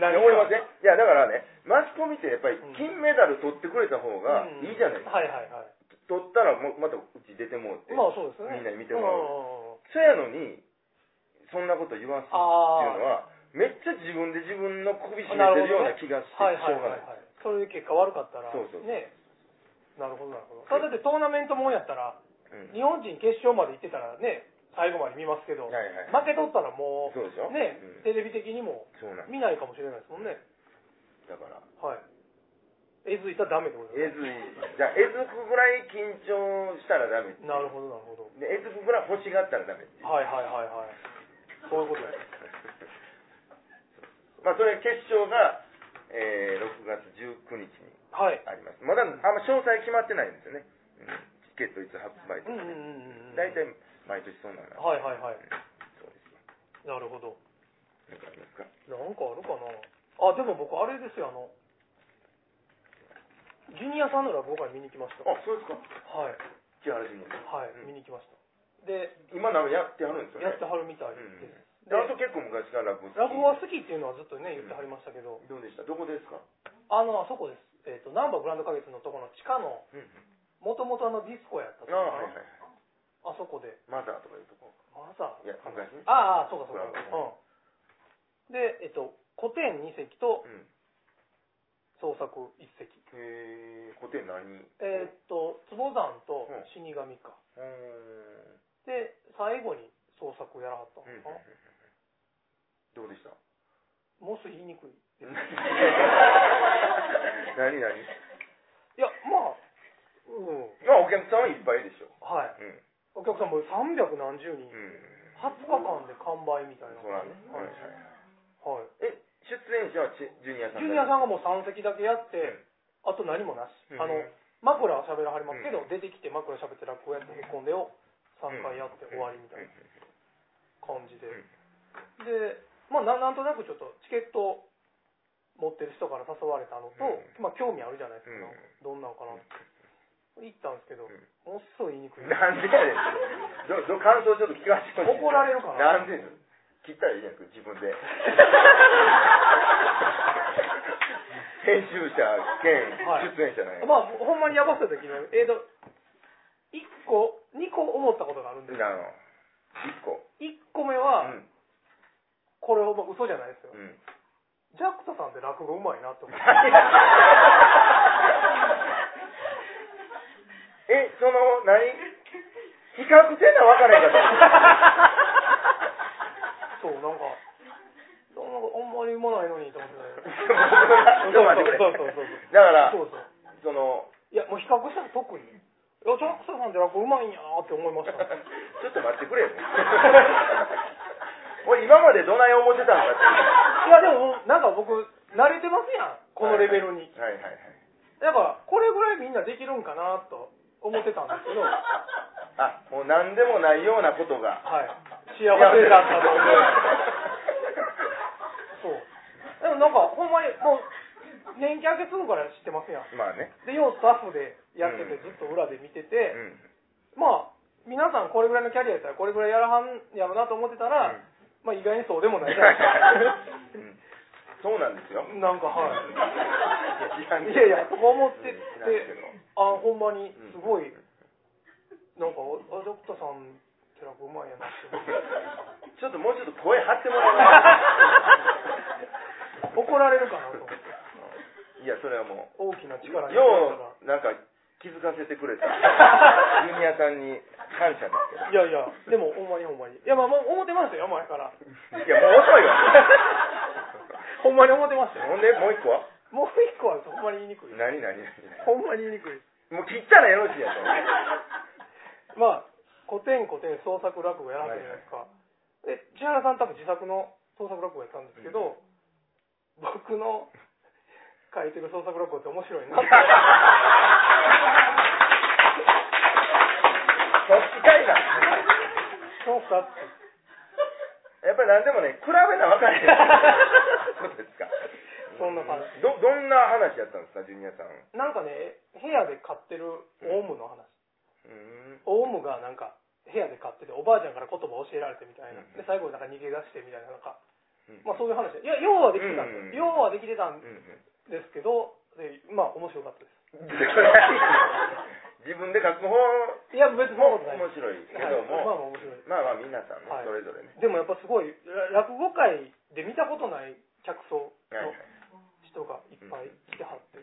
何思いませんいやだからねマスコミってやっぱりうん金メダル取ってくれた方がうんいいじゃないですか、はいはいはい。取ったらもうまたうち出てもうって、まあそうですね。みんなに見てもらううんうんうんそやのにそんなこと言わすっていうのはああ。めっちゃ自分で自分の首絞めてるような気がしてしはいはいょうはがないいはい。それで結果悪かったら、そうそうそうね。なるほどなるほど。ただってトーナメントもんやったら、うん日本人決勝まで行ってたらね、最後まで見ますけど、負はいはいけとったらもそうでしょう、ねうん、テレビ的にもそうなんです見ないかもしれないですもんね。だからはい。えずいたらダメってことえですね。ずいじゃあえずくぐらい緊張したらダメってなるほどなるほど。でえずくぐらい欲しがったらダメ っていうはいはいはいはい。そういうことです。まあそれ決勝が、えー6月19日にはい。ありますまだあんま詳細決まってないんですよね、うんチケットいつ発売とうんかうんねうんうん。大体毎年そうなのなんではいはいはい。そうですよなるほど。なんかありますかなんかあるかなあ、でも僕あれですよ、あの、ジュニアさんの落語会見に行きました。あそうですかはい。じゃああれにはい、見に行きました。で、今なんかやってはるんですよやねってはるみたいでうんす。であと結構昔から落語落語好は好きっていうのはずっとね、言ってはりましたけど、きどうでしたどこですかあの、あそこです。えっ、と、ナンバーグランド花月のところの地下の、うんもともとあのディスコやったとこああはいろはいはいあそこで、マザーとかいうとこマザーいや昔ねああ、そうかそうか。グランドうん。で、えっ、と、古典2席とうん創作一席。へえ、古典何えーっと、坪山とうん死神か。うーん。で、最後に創作やらはったのかな。どうで したモス言いにくい。い何何や、まあ、うん。まあお客さんはいっぱいでしょ。はい。うん。お客さんも三百何十人。うん。 20日間で完売みたいな。そうなんです。はいはいはい。はい。え、出演者はチジュニアさんジュニアさんががもう3席だけやって、あと何もなし。あの、枕は喋らはりますけど、うん出てきて枕喋って落語やってへこんでを3回やって終わりみたいな感じで。で、まあななんとなくちょっとチケット持ってる人から誘われたのと、うんまあ興味あるじゃないですか。うんどんなのかなって。行ったんですけど、うんもっそい言いにくい。なんでやねん。ど、 ど、感想ちょっと聞かせてほしい。怒られるかななんで切ったらいいじゃん、自分 で。編集者兼はい出演者なんや。 まあ、ほんまにやばした時の、えっ、と、1個、2個思ったことがあるんですよ。あの、一個。 1個目うは、ん。 これほんま嘘じゃないですよう。ん。ジャクタさんって落語うまいなっ て思って。え、その、何比較せな分からへんか った。そう、なんか、そんなあんまりうまないのにと思って。 ちょっと待ってくれそうそうそうそうだからそうそう。その、いや、もう比較したら特に。いや、ジャクタさんって落語うまいんやなって思い ました、ね。ちょっと待ってくれよ。 俺今までどない思ってたんかって。いや、でも、なんか僕、慣れてますやん。このレベルに。はいはいはい。だから、これぐらいみんなできるんかなと思ってたんですけど、あ、もう何でもないようなことが。はい。幸せだったと 思う。そう。でもなんか、ほんまに、もう、年季明けすぐから知ってますやん。まあね。で、ようスタッフでやってて、うずっと裏で見てうて、ん。まあ、皆さんこれぐらいのキャリアやったら、これぐらいやらはんやろなと思ってたら、まあ意外にそうでもないじゃないですか。そうなんです よ。なんか、はいや知らんい。けいどやいや、とか思っててうん知らんけど、あ、ほんまに、すごい、なんか、あ、ドクターさん、てらうまいやなって思って。ちょっともうちょっと声張ってもらえます怒られるかなと思って。 いや、それはもう。大きな力によう、なんか気づかせてく れた。ジュニアさんに感謝ですけど。いやいや、でもほんまにほんまに。いや、まあ、もう思ってましたよ、前から。いや、もう遅いわ。 ほんまに思ってましたほよ。んで、もう一個はもう一個はほんまに言いにくい。何何何ほんまに言いにくい。もう切ったらよろしい やと。まあ、古典古典創作落語やらはったじゃないですか。で、千原さん多分自作の創作落語やったんですけど、僕の書いてる創作落語って面白い なって。そっちかいな。そうかって。やっぱり何でもね、比べな分からへん。そうですか。そんな感じ。ど、どんな話やったんですか、ジュニアさん。うなんかね、部屋で買ってるオウムの話。ん。オウムがなんか部屋で買ってておばあちゃんから言葉を教えられてみたいなうんで最後になんか逃げ出してみたいななんか、うんまあ、そういう話いや要はできてたんですよ、う要はできてたんうんうんですけどでまあ面白かったで自分で書く方すいや別にそんもなことない面白いけどはいまあも、まあ面まあまあ皆白いさんねはそいれぞれね。でもやっぱすごいら落語界で見たことない客層はいはのい人がいっぱい来てはって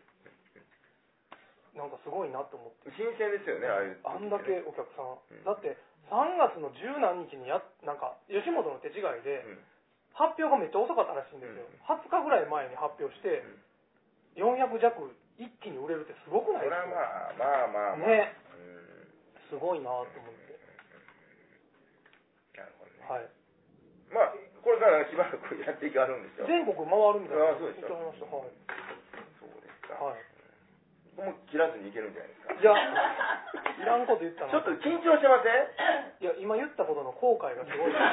なんかすごいなと思って新鮮ですよね、ああいう時っあてね、んだけお客さんうんだって3月の十何日にやなんか吉本の手違いで、うん発表がめっちゃ遅かったらしいんですよ、うん20日ぐらい前に発表して、400弱一気に売れるってすごくそないれですはか、まあまあまあまあ、ねうんすごいなと思って、なるほどねまはい、あこれからしばらくやっていかはるんですよ全国回るみたいなあそうでし聞いょてましたはい、そうですか、はい、もう切らずにいけるんじゃないですかいやいらんこと言ったちょっとな緊張してませんいや今言ったことの後悔がすごいです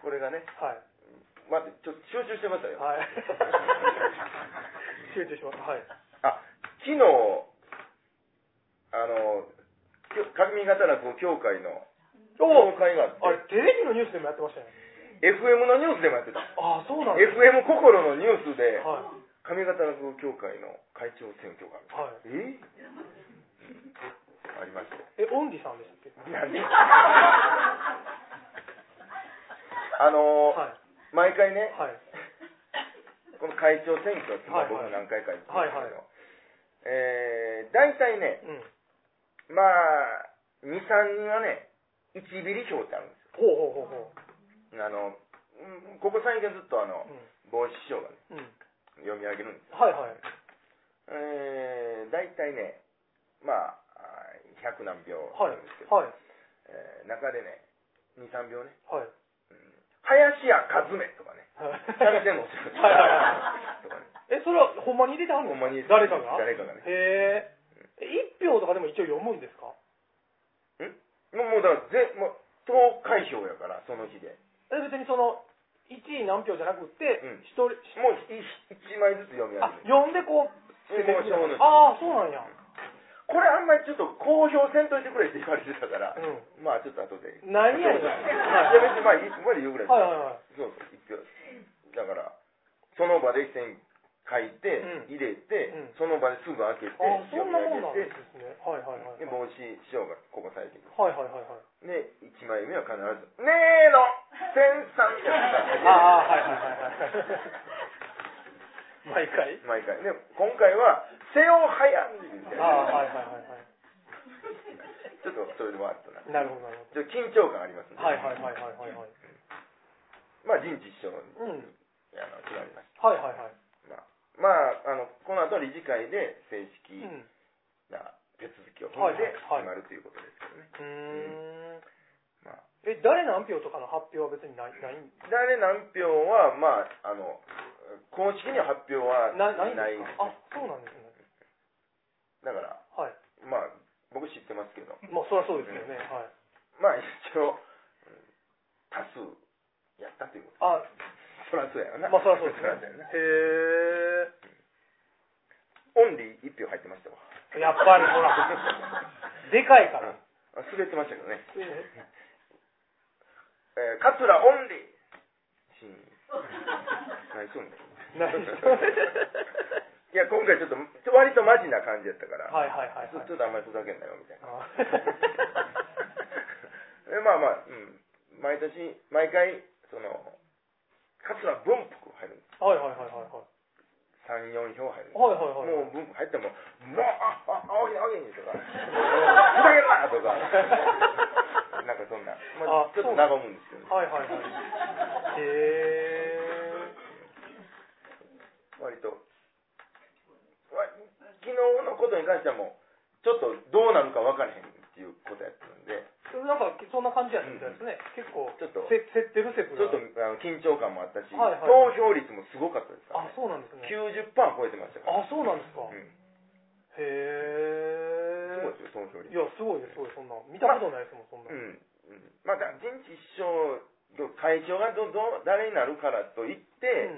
これがねはい待ってちょっと集中してま したよ、はい集中しますはいあ昨日あのきょ上方落語協会のお協お会がああっれテレビのニュースでもやってましたねて FM のニュースでもやってたああそうなんです FM 心のニュースで、はい上方落語協会の会長選挙があるはいえありましたよえオンリーさんでしたっけなん であのーは毎い回ね、はいこの会長選挙っていうのは僕はいはい何回か言ってますはいけはど、えー、大体ね、うん。まあ、2、3人はね、1ビリ票ってあるんですほうほうほうほよ。あの、うんここ最近ずっとあのう。、う帽子師匠がね、ん。うん。読み上げるんです。はいはい。えー、大体ね、まあ、100何票はいなんですけ。ど、はい。えー中でね、2、3票ね、はい。 林家和めとかね、三味線のお師匠はいはいはいとかね、え、それはほんまに入れてはんほのんまに誰かが誰かがね。へえ。一票とかでも一応読むんですかもうもうだからぜ、もう、投開票やから、その日で。え、別にその、一位何票じゃなくってうん、一人、もう1枚ずつ読み上あ、げる。読んでこう、もうしょうがないああ、そうなんや。これあんまりちょっと公表せんといてくれって言われてたから、うまあちょっと後で。ん。何やねん。いやはい別にまあいつまで言うぐらいですはいはいはい。そうそう一挙だからその場で一線書いて、うん入れて、うんその場ですぐ開けてあ、そんなもんなん読み上げてですね。はいはいはい。で帽子師匠がここ最近はいはいはいはい。で一枚目は必ず「ねえの千三」ってやつああ、はいはいはいはい。毎毎回回で今回は「瀬尾早見」みたいあなあ、はいはいはいはちょっとそれでわーっとなちい。なるほどなるほょっと緊張感ありますねど。はいはいはいはいはいはい。まあ人事師匠にうん。はいあの決まりましはいはい。たまあまああのこの後は理事会で正式、うん。な手続きを踏んではいはいはい決まるということですけどね、うーんまあ、え、誰何票とかの発表は別にない、ないん誰何票は、まあ、あの公式には発表はなないんないですかあ、そうなんですね。だから、はい。まあ、僕知ってますけど、まあ、そりゃそうですよね。はい。まあ、一応、うん多数やったということ、あ、そらそうやろな、まあ、そりゃそうですらねそう やろな。へオンリー1票入ってましたわ、え。やっぱりほら、でかい から。あ滑ってましたけどね、ええー、桂オンリー、シ ーン、ないそうにないいや、今回ちょっと、割とマジな感じやったから。はいはいはいちょはいちょ。っとあんまりふざけんなよみた いな。あでまあまあ、うん、毎年、毎回、その、桂文福入るんです。はいはいはいはいはい。 3、4票入るんです。はいはいはいはい。もう文福入っても、もう、あ、あ、青木、青木に とか、ふざけるなとか、なんかそんな、まああ、ちょっと和むんですけど、ね、はいはいはい。へ割と。わ昨日のことに関してはもう、ちょっとどうなるか分からへんっていうことやったんで、え。なんかそんな感じやったみたいですね。結構、ちょっとせ競ってる説ちょがっと。あの緊張感もあったし、はいはい投票率もすごかったですからあね、、そうなんですね。 90%超えてましたから、あ、そうなんですか。うん、へえす。ごいですよ、投票率。いや、すごいです、すごい、そんな。見たことないですもん、そんなう。ん、うんまあ、だから現地一生、会長がどど誰になるからといっうんて、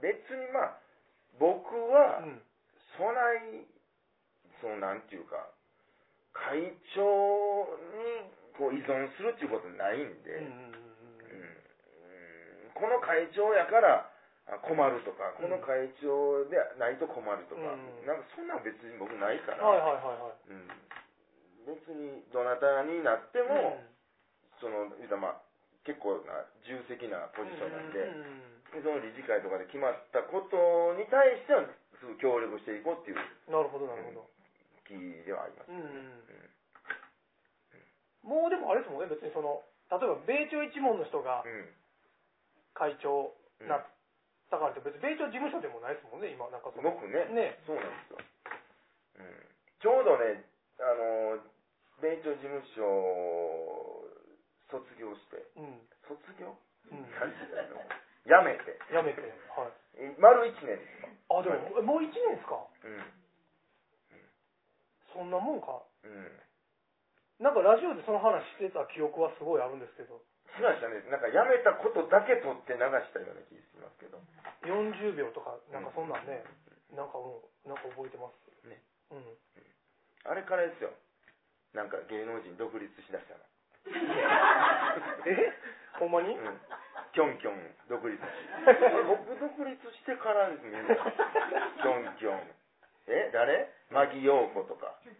別にまあ、僕はうん。うん。そない、そのなんていうか、会長にこう依存するっていうことないんで、うんうんうんうんこの会長やからあ困るとか、この会長でないと困るとか、うんなんかそんなん別に僕ないかうん。ら、はいはいはいはい。うん別にどなたになっても、その言うたらまあ結構な重責なポうん、ジションなんで、ううんでその理事会とかで決まったことに対しては、すぐ協力していこうっていうなるほど、なるほど。気ではあります。うんうんもうでもあれですもんね、別にその、例えば米朝一門の人がうん会長うんなだからって別に米朝事務所でもないですもんね、今、なんかそすの。ごくねね。そうなんですよ、うん、ちょうどねあの米朝事務所を卒業してうん。卒業うん。何て言うのやめてやめて。はい。え丸1年ですかあ、でも、えもう一年ですかそんなもんか。うんうんなんかラジオでその話してた記憶はすごいあるんですけど、しましたねなんかやめたことだけ取って流したような気がしますけど40秒とか、なんかそんなんね、なんかもう、なんか覚えてます。ね。うん。あれからですよなんか芸能人独立しだしたのえほんまに、うんキョンキョン独立し 僕独立してからですねキョンキョン。え誰牧陽子とか。うん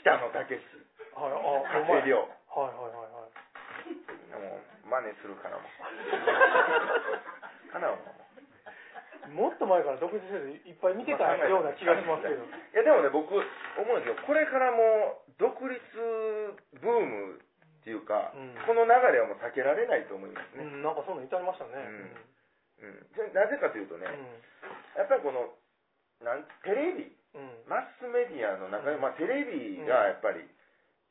北野武史。はい、あ、加ほん瀬まや亮。はいはいはいはい。 もう、真似するかなも。かなはもう、前から独自せずいっぱい見てたような気がしますけど。いやでもね、僕、思うんですよ。これからも、独立ブームっていうか、うんこの流れはもう避けられないと思いますうね。ん、なんかそんなに至りましたね。うん。それなぜかというとね、やっぱりこの、なんテレビ、うん。うん。マスメディアの中で、うんまあテレビがやっぱり、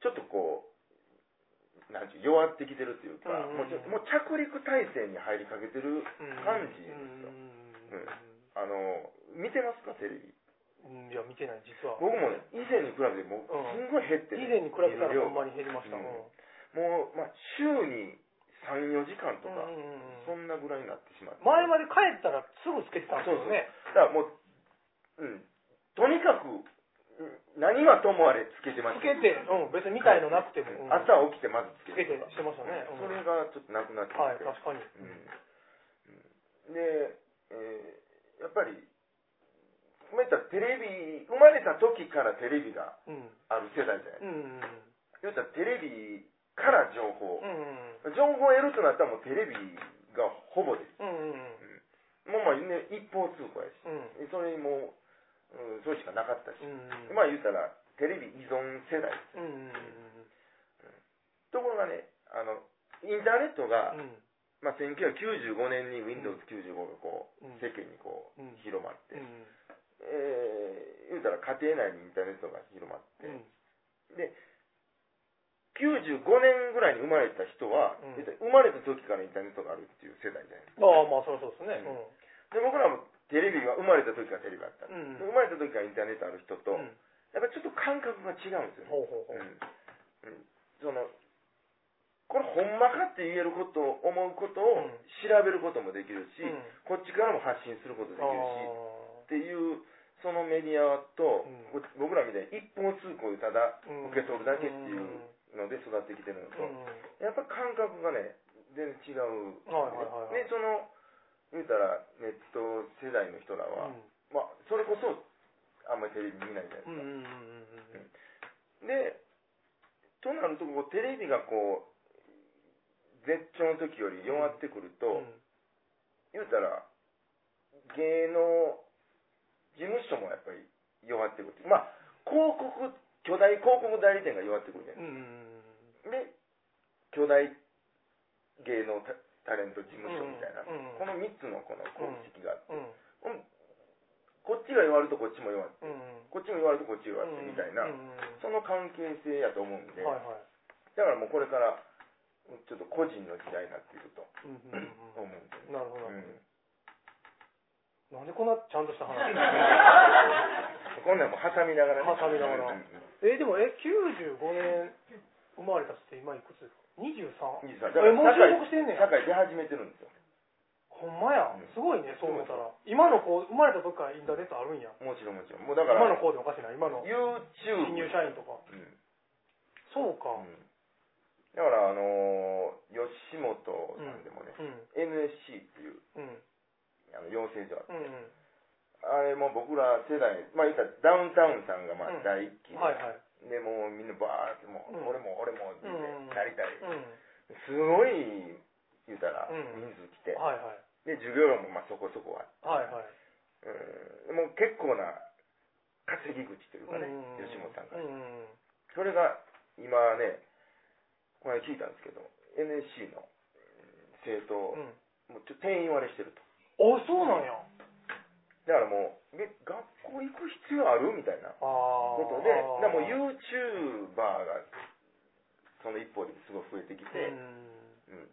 ちょっとこう、なんていう弱ってきてるというか、うんもうちょもう着陸体制に入りかけてる感じですよ。あの、見てますか、テレビ。うん。うん。いや、見てない、実は。僕もね、以前に比べて、もう、うすんんごい減って以る、前に比べたらほんまに。に減りました。うんうん。もう、まあ、週に3、4時間とか、うんうんそうんんなぐらいになってしまって。前まで帰ったらすぐつけてたんですよね。だからもう、うん、とにかく、うん何はともあれつけてましつたけて、うん、別に見たいのなくても。うん朝起きてまずつつけけててとかしてましたね。うんそれがちょっとなくなってきて、はい、確かに。うんうんで、えーやっぱりまたテレビ生まれた時からテレビがうん。ある世代じゃうないん。要するにテレビから情報う、ん。情報を得るとなったらもうテレビがほぼですうん。もうん。うん。うまあ、ね、一方通行やしうん。それも、うん、それしかなかったし、うん。まあ言うたらテレビ依存世代うん。うん。ところがねあのインターネットが、うん。まあ、1995年に Windows95 がこう、うん世間にこううん広まって、うん。えー言うたら家庭内にインターネットが広まって、うん。で95年ぐらいに生まれた人は、うん言うたら生まれた時からインターネットがあるっていう世代じゃないですああ、まあ、そりゃそうですね。かで僕らもテレビが生まれた時からテレビがあった、うん。でうん。生まれた時からインターネットある人と、うんやっぱりちょっと感覚が違うんですよねほうほうほう。うんうんそのこれほんまかって言えることを思うことをうん調べることもできるし、うんこっちからも発信することできあるしっていうそのメディアと、う僕らみたいに一方通行でただーうん受け取るだけっていうので育ってきてるのうん。と、やっぱ感覚がね全然違う、はいはいはいはでいその言うたらネット世代の人らは、まあ、それこそあんまりテレビ見ないじゃないですかうん。うん。うん。うん。で、となると、こうテレビがこう、絶頂の時より弱ってくるうと、ん。言うたら、芸能事務所もやっぱり弱ってくる。まあ、広告、巨大広告代理店が弱ってくるじゃうないで、ん。巨大芸能タタレント事務所みたいな、うんこの3つのこの公式が、ううんん。こっちが弱るとこっちも弱る、うん。こっちも弱るとこっちも弱るみたいな、うん。その関係性やと思うんで、はいはだからもうこれから、ちょっと個人の時代になっていくとい。うん。う思ん。うんですなるほど。うんなんでこんなちゃんとした話こんなんもう挟みながらね。挟みながらうんうんうんえ、でも、え、95年生まれた人って今いくつですか ?23? 兄さんだからえ、もう社注会目してんねん。社会出始めてるんですよ。ほんまやうん。すごいね、そう思ったら。今の子、生まれた時からインターネットあるんや。もちろんもちろん。もうだか今のら、子でおかしいな、今の YouTube。新入社員とか。うん。そうか。うんだから、あのー吉本さんでもね、うん。 NSC っていううん。あの養成所あってうん。あれも僕ら世代、まあ言ったらダウンタウンさんがまあうん第一期で、うん。はいはい。でもうみんなバーってもう、うん俺も俺もって言ってうんなりたい、うん。すごい言うたらうん人数来て、はいはい。で授業料もまあそこそこあっはいはい。て、うん、もう結構な稼ぎ口というかね、うん吉本さんうが、ん。それが今ねこれ聞いたんですけど NSC のうん生徒、うん。もうちょっと定員割れしてるとあ、そうなんや。だからもうえ学校行く必要あるみたいなああ。ことでだからもうう YouTuber がその一方ですごい増えてきてて、うん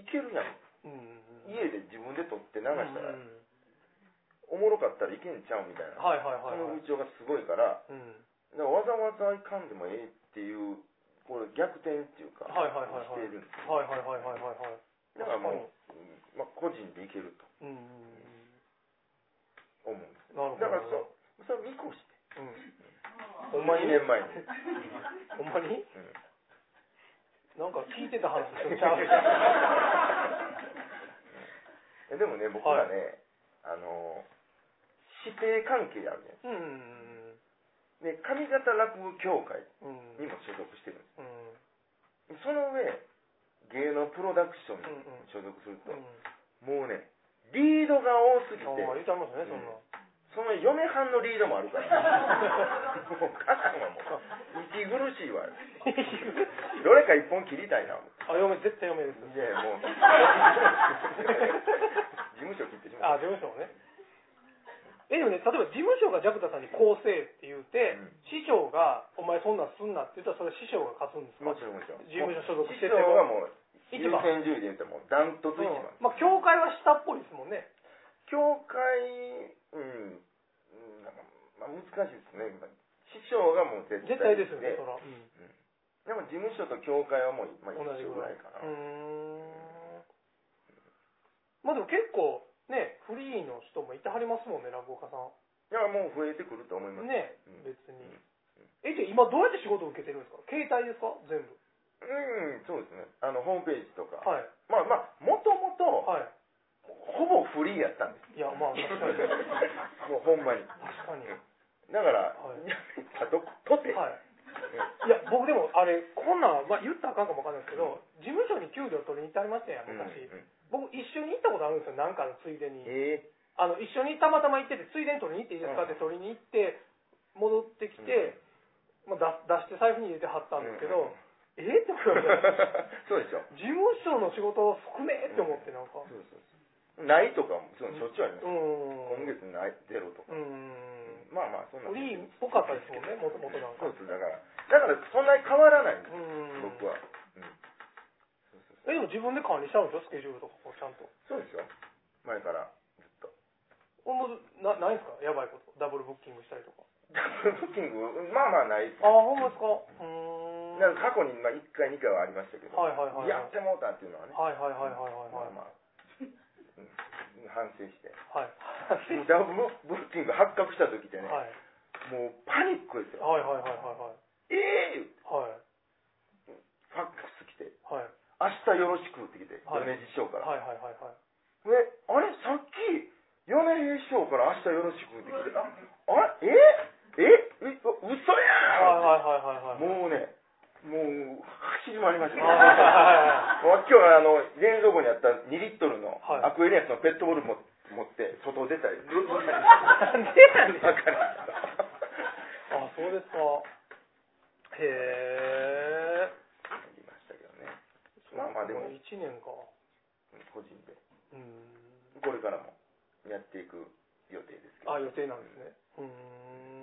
いけるやんうん。うん。家で自分で撮って流うんしたら、おもろかったらいけんちゃうみたいな、はいはいはいそはのい。風潮がすごいからうん。だからわざわざ行かんでもええっていうこれ逆転っていうか、はいはいはいしはいているんですはいはいはいはいはいはい。だからもう、うんまあ、個人でいけるとうん。思うんですなるほだど。からそうそれを見越してうん。ほんま2年前に、ほんまにうんなんか聞いてた話とちゃう。 えでもね僕らね、あの師弟関係あるねうん。で上方落語協会うん。にも所属してるんうん。ですその上芸能プロダクションうんに所属すると、うん。もうね、リーードが多すぎて、言うちゃいますね、そんな。その嫁はんのリードもあるか ら、もう母さんはもう、息苦しいわ。どれか一本切りたいな。いあ、嫁、絶対嫁です。やいや、もう、事務所切ってしまう。あ、事務所もね。え、でもね、例えば事務所がジャクタさんに構成って言うて、うん師匠が、お前そんなんすんなって言ったら、それ師匠が勝つんですかもちろんもちろん。事務所所属して師て匠はもう、一優番。先順位で言ったらもう、ダントツ一番。まあ、教会は下っぽいですもんね。教会、うん、うんなんか、まあ、難しいですね。師匠がもう絶対絶対ですよね、そら。うんでも事務所と教会はもう、まあ、一同じ緒ぐぐららいいかな。うーんまあでも結構ねフリーの人もいてはりますもんね落語家さんいや、もう増えてくると思います。ねうん別にえじゃあ今どうやって仕事を受けてるんですか携帯ですか全部うん、そうですね。あの、ホームページとか。はいまあまあ、もともと、はほぼフリーやったんです。いいやまあ確かに もうほんまに。確かにだから、はいやめたととて、はいいや僕でもあれこんなん、まあ、言ったらあかんかもわかんないですけど、事務所に給料取りに行ってありましたやんうん昔、うん僕一緒に行ったことあるんですよなんかのついでにええあの一緒にたまたま行っててついでに取りに行っていいですかってうん取りに行って戻ってきて、まあ、出出して財布に入れて貼ったんですけど、えって思いました そうでしょ。事務所の仕事は少ねえって思ってなんか、そううそうそう。ないとかも、そうしょっちゅうあります。ん今月ない、ゼロとか。うーんまあまあ、そんな。フリーっぽかったですもんねもともとなんそかうです。だから、だからそんなに変わらないんでうす、ん僕は。えでも自分で管理しちゃうんですよスケジュールとかこうちゃんとそうですよ。前から、ずっと。 これもなないんですかやばいことダブルブッキングしたりとかダブルブッキング、まあまあないですああほんまですかうーんなんか過去にまあ1回、2回はありましたけど、はいはいはいはいやってもうたっていうのはね、はいはいはいはいはいまはあいまあ、うん反省して、はい もうダブルブッキング発覚した時ってね、はいもうパニックですよ、はいはいはいはいはいええー、はい。ファックス来て、はい。明日よろしくって来て、はい米次師匠から、はいはいはいはい。えあれ、さっき、米平師匠から明日よろしくって来て、ああれ、えええう嘘はいやん、はいはいはいはい。もうね、もう走り回りました、あもう今日はあの冷蔵庫にあった2リットルのはいアクエリアスのペットボールも持って外出たり、なんでや ねんだからあ、そうですか。へえ。ありましたけどねまあまあでも1年か。個人でうん。これからもやっていく予定ですけどあ、予定なんですね。うーん。